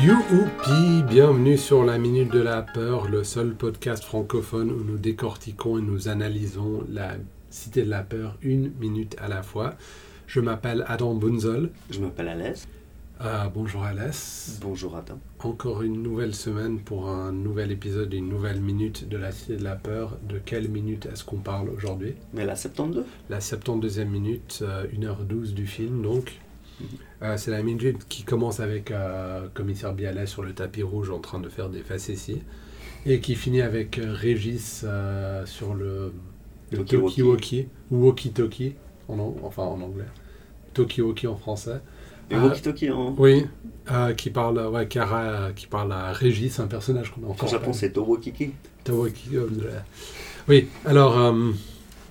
Youhoupi, bienvenue sur la Minute de la Peur, le seul podcast francophone où nous décortiquons et nous analysons la Cité de la Peur une minute à la fois. Je m'appelle Adam Bunzel. Je m'appelle Alès. Euh, bonjour Alès. Bonjour Adam. Encore une nouvelle semaine pour un nouvel épisode, une nouvelle minute de la Cité de la Peur. De quelle minute est-ce qu'on parle aujourd'hui Mais la 72 La 72e minute, euh, 1h12 du film donc. Euh, c'est la minute qui commence avec euh, commissaire Bialet sur le tapis rouge en train de faire des facéties et qui finit avec euh, Régis euh, sur le, le Talkie-walkie. talkie-walkie ou walkie-talkie en, an- enfin en anglais, talkie-walkie en français. Et Euh, walkie-talkie hein. en... Oui, euh, qui parle, euh, ouais, Cara, euh, qui parle à Régis, un personnage qu'on a En encore. Japon, c'est Towokiki. Tawaki- euh, Oui, alors euh,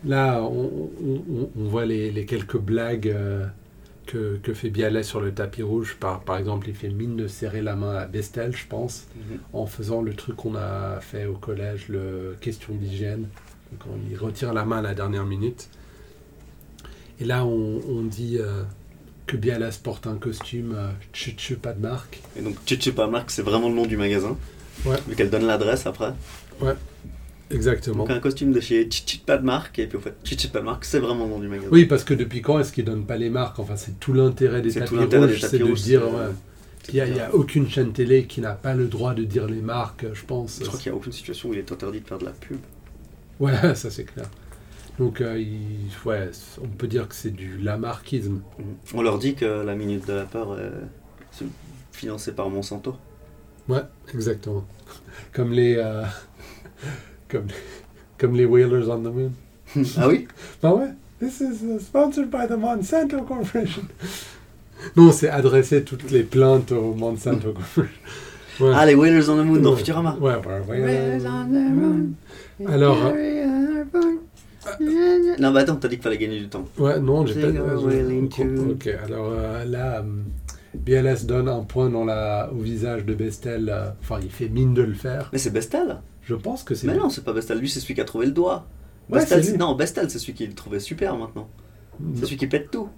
là, on, on- on- on voit les, les quelques blagues euh, que, que fait Bialet sur le tapis rouge. Par, par exemple, il fait mine de serrer la main à Bestel, je pense, en faisant le truc qu'on a fait au collège, le question d'hygiène, quand il retire la main à la dernière minute. Et là, on, on dit euh, que Bialet porte un costume, euh, tchu, tchu, pas de marque. Et donc, Chichipamark, c'est vraiment le nom du magasin. Ouais. Vu qu'elle donne l'adresse après. Exactement. Donc, un costume de chez Chichipamark. Et puis, en fait, Chichipamark, c'est vraiment le nom du magasin. Oui, parce que depuis quand est-ce qu'ils donnent pas les marques Enfin, c'est tout l'intérêt des C'est tapis tout l'intérêt des rouges, tapis c'est de rouges, dire. c'est- ouais. C'est Il n'y a, bizarre. il y a aucune chaîne télé qui n'a pas le droit de dire les marques, je pense. Je crois qu'il n'y a aucune situation où il est interdit de faire de la pub. Ouais, ça c'est clair. Donc, euh, il- ouais, on peut dire que c'est du lamarckisme. Mhm. On leur dit que la minute de la peur euh, c'est financée par Monsanto. Ouais, exactement. Comme les. euh, comme, comme les Whalers on the Moon. ah oui Bah ouais, this is uh, sponsored by the Monsanto Corporation. Non, c'est adresser toutes les plaintes au Monsanto Corporation. Ouais. Ah, les Whalers on the Moon dans Ouais. Futurama. Ouais, ouais, ouais. Alors, Alors. euh, Non, bah attends, t'as dit qu'il fallait gagner du temps. Ah, Ouais, non, j'ai pas. Zero willing to- Ok, alors euh, là, euh, BLS donne un point dans la... au visage de Bestel. euh, Enfin, il fait mine de le faire. Mais c'est Bestel Je pense que c'est. Mais non, c'est pas Bestal, lui c'est celui qui a trouvé le doigt. Ouais, c'est Bestal, lui. c'est- non, Bestal c'est celui qui le trouvait super maintenant. C'est celui qui pète tout.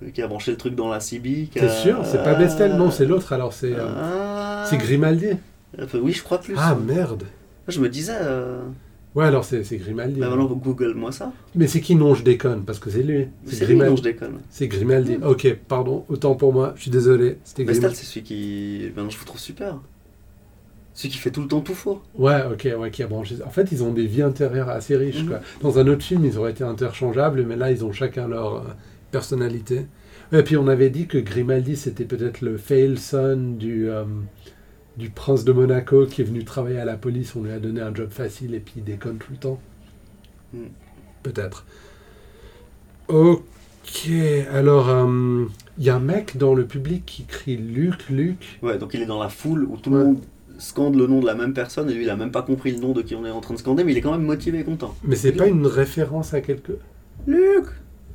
Celui Qui a branché le truc dans la euh, CB. qui T'es a- sûr C'est pas Bestel, non, c'est l'autre. Alors c'est. euh, Ah. C'est Grimaldi. Enfin, euh, Oui, je crois plus. Ah Moi, merde. Je me disais. euh, Ouais, alors c'est c'est Grimaldi. Bah maintenant, Google-moi ça. Mais c'est qui non, je déconne parce que c'est lui. C'est lui, non, Mm. je déconne. C'est Grimaldi. Ok, pardon, autant pour moi. Je suis désolé. C'était Bestal Grimaldi. c'est celui qui. Maintenant, je vous trouve super. Celui qui fait tout le temps tout faux. Ouais, ok, ouais, qui a branché. En fait, ils ont des vies intérieures assez riches. Mhm. quoi. Dans un autre film, ils auraient été interchangeables, mais là, ils ont chacun leur euh, personnalité. Et puis, on avait dit que Grimaldi, c'était peut-être le failson du, euh, du prince de Monaco qui est venu travailler à la police. On lui a donné un job facile et puis il déconne tout le temps. Mhm. Peut-être. Ok, alors, euh, il y a un mec dans le public qui crie Luc, Luc. Ouais, donc il est dans la foule où tout Ouais. le monde scande le nom de la même personne et lui il a même pas compris le nom de qui on est en train de scander, mais il est quand même motivé et content. Mais c'est pas une référence à quelque. Luc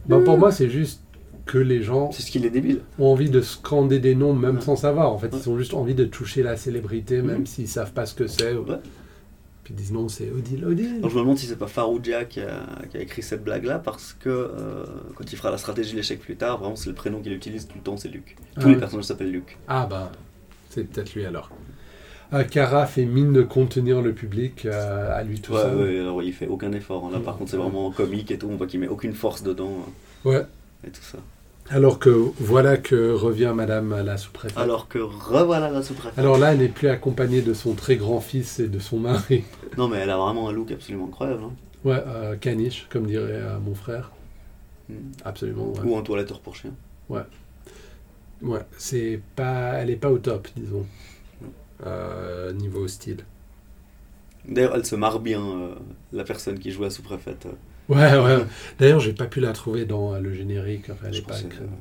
Ben, pour Luc moi, c'est juste que les gens C'est ce qu'il est débile. ont envie de scander des noms même Ouais. sans savoir. En fait, Ouais. ils ont juste envie de toucher la célébrité, même Mhm. s'ils savent pas ce que c'est. Ouais. Puis ils disent non, c'est Odile, Odile. Donc je me demande si c'est pas Faroujia qui a, qui a écrit cette blague là parce que euh, quand il fera la stratégie de l'échec plus tard, vraiment c'est le prénom qu'il utilise tout le temps, c'est Luc. Tous Ah les ouais. personnages s'appellent Luc. Ah ben, c'est peut-être lui alors. Euh, Cara fait mine de contenir le public euh, à lui tout Mm. ouais, seul. ouais, alors il fait aucun effort. hein. Là par Ouais. contre c'est vraiment comique et tout, on voit qu'il met aucune force dedans hein. Ouais. et tout ça. Alors que voilà que revient Madame euh, la sous-préfète. Alors... Alors que revoilà la sous-préfète. là, elle n'est plus accompagnée de son très grand-fils et de son mari. Non mais elle a vraiment un look absolument incroyable. hein. Ouais, euh, caniche, comme dirait euh, mon frère. Mhm. Absolument. ouais. Ou un toiletteur pour chien. Ouais, c'est pas, elle est pas au top, disons, Euh, niveau style. D'ailleurs elle se marre bien, euh, la personne qui joue la sous-préfète. euh. Ouais, ouais. D'ailleurs, j'ai pas pu la trouver dans euh, le générique. Enfin, elle Je est pas. pense que- incroyable.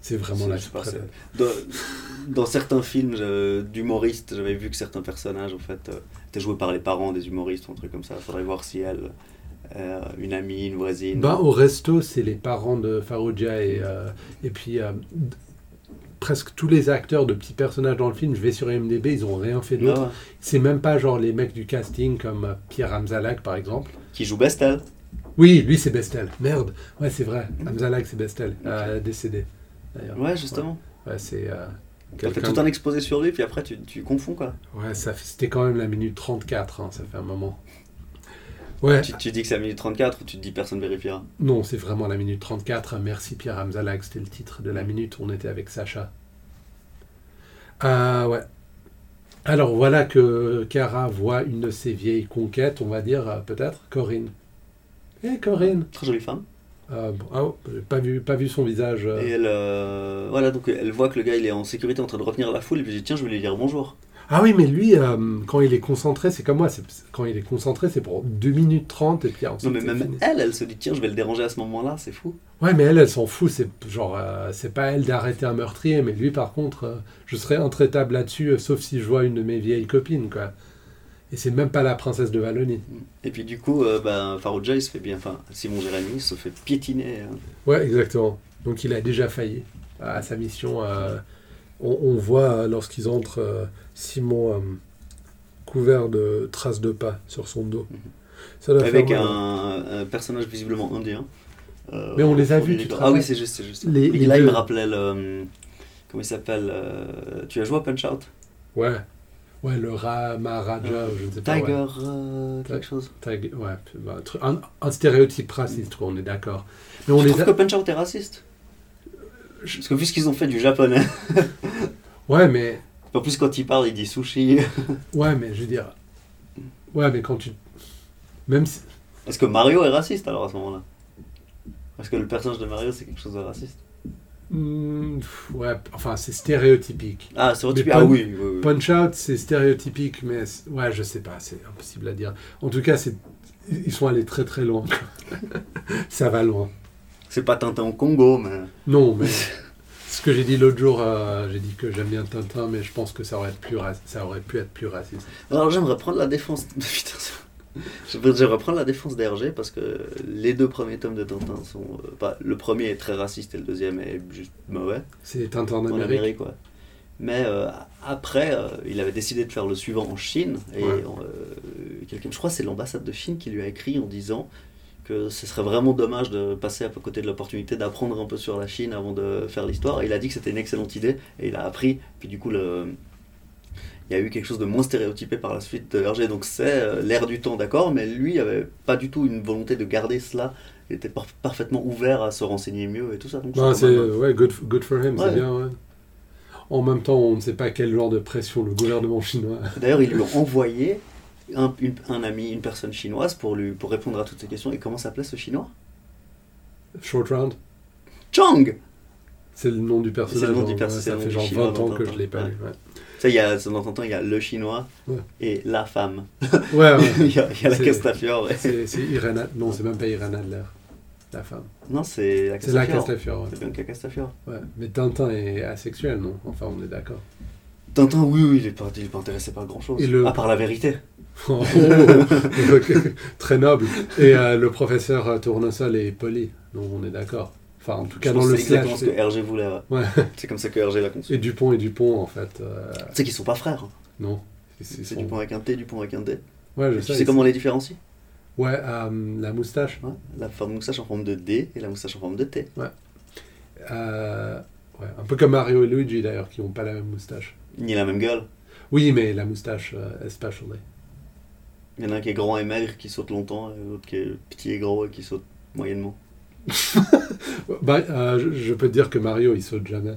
C'est vraiment C'est- la je sais pas, super- c'est- dans, dans certains films euh, d'humoristes, j'avais vu que certains personnages, en fait, euh, étaient joués par les parents des humoristes ou un truc comme ça. Faudrait voir si elle, euh, une amie, une voisine. Ben, au resto, c'est les parents de Farouja et euh, et puis euh, d- presque tous les acteurs de petits personnages dans le film. Je vais sur IMDb, ils ont rien fait Ah ouais. d'autre. C'est même pas genre les mecs du casting comme euh, Pierre Hamzalak par exemple. Qui joue Bestel. Oui, lui c'est Bestel. Merde. Ouais, c'est vrai. Mhm. Hamzalak c'est Bestel, euh, décédé. D'ailleurs. Ouais, justement. Ouais, c'est euh, T'as fait tout un exposé sur lui, puis après tu, tu confonds quoi. Ouais, ça, fait- c'était quand même la minute 34, hein, ça fait un moment. Ouais, Tu, tu dis que c'est la minute 34 ou tu te dis personne vérifiera. non, c'est vraiment la minute 34. Merci Pierre Hamzalag, c'était le titre de la minute. On était avec Sacha. Ah ouais. Alors voilà que Cara voit une de ses vieilles conquêtes, on va dire euh, peut-être Corinne. Eh Corinne Très jolie femme. Ah, bon, ah, oh, j'ai pas vu, pas vu son visage. euh. Et elle, euh, voilà, donc elle voit que le gars il est en sécurité en train de retenir la foule, et puis elle dit tiens, je vais lui dire bonjour. Ah oui, mais lui, euh, quand il est concentré, c'est comme moi. c'est- Quand il est concentré, c'est pour 2 minutes 30 et puis ensuite. Non, mais c'est même fini. elle, elle se dit tiens, je vais le déranger à ce moment-là, c'est fou. Ouais, mais elle, elle s'en fout. C'est genre, euh, c'est pas elle d'arrêter un meurtrier, mais lui, par contre, euh, je serais intraitable là-dessus, euh, sauf si je vois une de mes vieilles copines, quoi. Et c'est même pas la princesse de Wallonie. Et puis du coup, euh, ben, Farouja il se fait bien, enfin Simon Jérémy se fait piétiner. hein. Ouais, exactement. Donc il a déjà failli à sa mission. euh, on, on voit euh, lorsqu'ils entrent euh, Simon euh, couvert de traces de pas sur son dos. Ça doit Mhm. avec faire mal. un, un personnage visiblement indien. Euh, Mais on les a vus, premier tu décor. te Ah rappelles oui, c'est juste, c'est juste. Les- Et les là, il deux. me rappelait le. euh, Comment il s'appelle euh, Tu as joué à Punch Out Ouais. Ouais, le rat Maharaja, ou je ne sais pas. Ah, Tiger, Ah, ouais. euh, quelque chose. Tiger, ouais, bah, un truc- un, un stéréotype raciste, quoi, on est d'accord. Mais on Tu les trouves a- que Punch Out est raciste Parce que vu ce qu'ils ont fait du japonais, Ouais, mais en plus quand il parle, il dit sushi. ouais, mais je veux dire Ouais, mais quand tu même si... Est-ce que Mario est raciste alors à ce moment-là Parce que le personnage de Mario, c'est quelque chose de raciste. Hmm, pff, ouais, enfin, c'est stéréotypique. Ah, c'est vrai, Mais tu- Ah Pun- oui, oui, oui. Punch Out, c'est stéréotypique, mais c'est- ouais, je sais pas, c'est impossible à dire. En tout cas, c'est ils sont allés très très loin. Ça va loin. C'est pas Tintin au Congo, mais. Non, mais ce que j'ai dit l'autre jour, euh, j'ai dit que j'aime bien Tintin, mais je pense que ça aurait, être plus raci- ça aurait pu être plus raciste. Alors j'aimerais prendre la défense. Putain, ça- j'aimerais j'aimerais prendre la défense d'Hergé parce que les deux premiers tomes de Tintin sont. euh, pas- le premier est très raciste et le deuxième est juste mauvais. C'est Tintin en En Amérique. Amérique, quoi. Mais euh, après, euh, il avait décidé de faire le suivant en Chine. Et Ouais. euh, quelqu'un, je crois que c'est l'ambassade de Chine qui lui a écrit en disant que ce serait vraiment dommage de passer à côté de l'opportunité d'apprendre un peu sur la Chine avant de faire l'histoire. Et il a dit que c'était une excellente idée et il a appris. Puis du coup, le- il y a eu quelque chose de moins stéréotypé par la suite de Hergé. Donc c'est euh, l'ère du temps, d'accord, mais lui avait pas du tout une volonté de garder cela. Il était par- parfaitement ouvert à se renseigner mieux et tout ça. Donc Non, c'est Bah, c'est quand même- ouais, good, good for him, c'est Ouais. bien. ouais. En même temps, on ne sait pas quel genre de pression le gouvernement chinois. D'ailleurs, ils lui ont envoyé un, une- un ami, une personne chinoise pour, lui, pour répondre à toutes ces questions. Et comment s'appelait ce chinois Short round, Chang c'est le nom du personnage. nom hein, du perso- ouais, ça c'est le nom fait du genre chinois 20 ans dans que je Tintin, l'ai pas ouais. lu. Ouais, Ça, il y a, de temps en temps, il y a le chinois Ouais. Ah et la femme. ouais. ouais. il y a, il y a la C'est- Castafiore. et- c'est c'est Irena. Non, c'est même pas Irena Adler, la femme. Non, c'est la C'est la Castafiore. Castafiore. ouais. C'est bien que la Castafiore. Ouais. Mais Tintin est asexuel, non Enfin, on est d'accord. Tintin, oui, oui, il est pas, il est pas intéressé par grand chose. Et le- À part la vérité. Oh, donc, très noble. Et euh, le professeur euh, Tournesol est poli, donc on est d'accord. Enfin, en tout Je cas, dans pense le que C'est exactement slash. ce que Hergé voulait. ouais. Ouais. C'est comme ça que Hergé l'a conçu. Et Dupont et Dupont, en fait. euh, Tu sais qu'ils sont pas frères. hein. non. Ils C'est sont- Dupont avec un T, Dupont avec un D. Ouais, je Tu sais. sais ils- comment on les différencie Ouais, euh, la moustache. Ouais. La forme moustache en forme de D et la moustache en forme de T. Euh, ouais, un peu comme Mario et Luigi d'ailleurs, qui n'ont pas la même moustache. Ni la même gueule. Oui, mais la moustache, euh, especially. Il y en a un qui est grand et maigre, qui saute longtemps, et l'autre qui est petit et gros et qui saute moyennement. Bah, euh, je, je peux te dire que Mario, il saute jamais.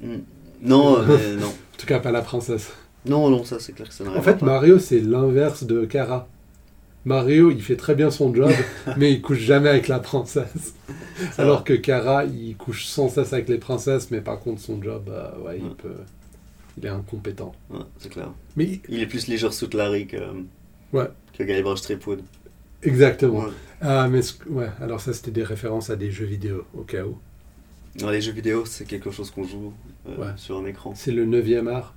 Hmm. Non, euh, mais non. En tout cas, pas la princesse. Non, non, ça c'est clair que ça n'arrive En fait, pas. Mario, c'est l'inverse de Cara. Mario, il fait très bien son job, mais il couche jamais avec la princesse. Ça Alors que Cara, il couche sans cesse avec les princesses, mais par contre, son job, euh, ouais, il Ouais. peut. Il est incompétent. va. Ouais, c'est clair. Mais Il est plus léger sous Larry que, Ouais. que Guybrush Threepwood. exactement. Ouais. Ah, mais ce- ouais. Alors ça, c'était des références à des jeux vidéo, au cas où. Dans les jeux vidéo, c'est quelque chose qu'on joue euh, Ouais. sur un écran. C'est le 9e art.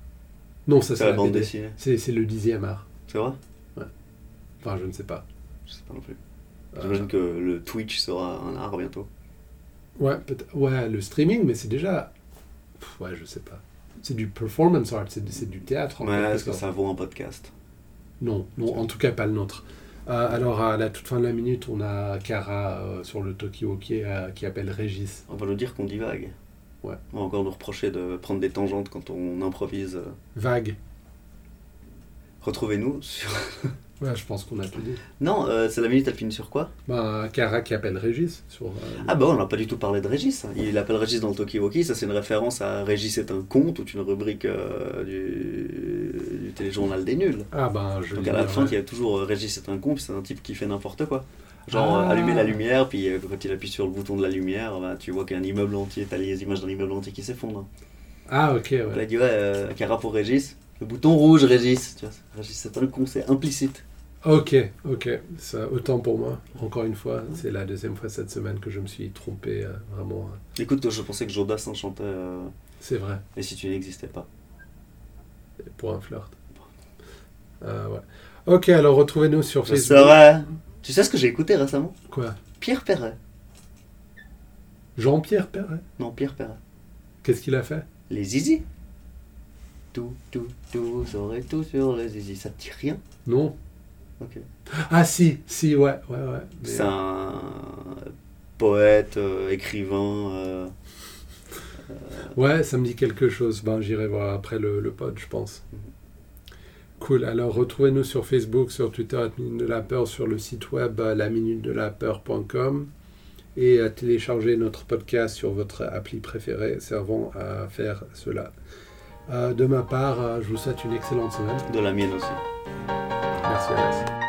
Non, ça C'est c'est la, la bande BD. dessinée, C'est c'est le 10e art. c'est vrai Enfin, je ne sais pas. Je sais pas non plus. Euh, J'imagine que le Twitch sera un art bientôt. ouais, peut- ouais, le streaming, mais c'est déjà. Pff, ouais, je sais pas. C'est du performance art, c'est c'est du théâtre. en Mais quelque est-ce que sorte. ça vaut un podcast Non, non, en tout cas pas le nôtre. Euh, alors, à la toute fin de la minute, on a Kara euh, sur le Tokyo qui, euh, qui appelle Régis. On va nous dire qu'on divague. Ouais. On va encore nous reprocher de prendre des tangentes quand on improvise. euh. Vague. Retrouvez-nous sur. Ouais, je pense qu'on a tout dit. Non, euh, c'est la minute, elle finit sur quoi Bah, Kara qui appelle Régis sur. euh, le- Ah bah on n'a pas du tout parlé de Régis. hein. Il appelle Régis dans le Tokiwoki, ça c'est une référence à Régis est un con, toute une rubrique euh, du... du téléjournal des nuls. Ah ben, je. Donc l'ai à la dit, fin, ouais. il y a toujours euh, Régis c'est un con, puis c'est un type qui fait n'importe quoi. Genre euh, Ah. allumer la lumière, puis euh, quand il appuie sur le bouton de la lumière, bah, tu vois qu'un immeuble entier, t'as les images d'un immeuble entier qui s'effondre. Ah ok, Donc là, ouais. il dit ouais, euh, Cara pour Régis, le bouton rouge Régis. Tu vois, Régis c'est un con, c'est implicite. Ok, ok. Ça, autant pour moi. Encore une fois, c'est la deuxième fois cette semaine que je me suis trompé. euh, vraiment, hein. Écoute, je pensais que Jodassin chantait euh, c'est vrai. Et si tu n'existais pas Pour un flirt. Ah, ouais. Ok, alors retrouvez-nous sur Je Facebook. serais. Tu sais ce que j'ai écouté récemment Quoi Pierre Perret. Jean-Pierre Perret. Non, Pierre Perret. Qu'est-ce qu'il a fait Les zizi. Tout, tout, tout, saurait tout sur les zizi. Ça te dit rien Non. Ok. Ah si, si, ouais, ouais, ouais. Mais, C'est un poète, euh, écrivain. euh, Ouais, ça me dit quelque chose. Ben, j'irai voir après le, le pod, je pense. Cool. Alors, retrouvez-nous sur Facebook, sur Twitter, à Minute de la Peur, sur le site web euh, laminutedelapeur.com et euh, téléchargez notre podcast sur votre appli préférée servant à faire cela. Euh, de ma part, euh, je vous souhaite une excellente semaine. de la mienne aussi. Merci, Alex.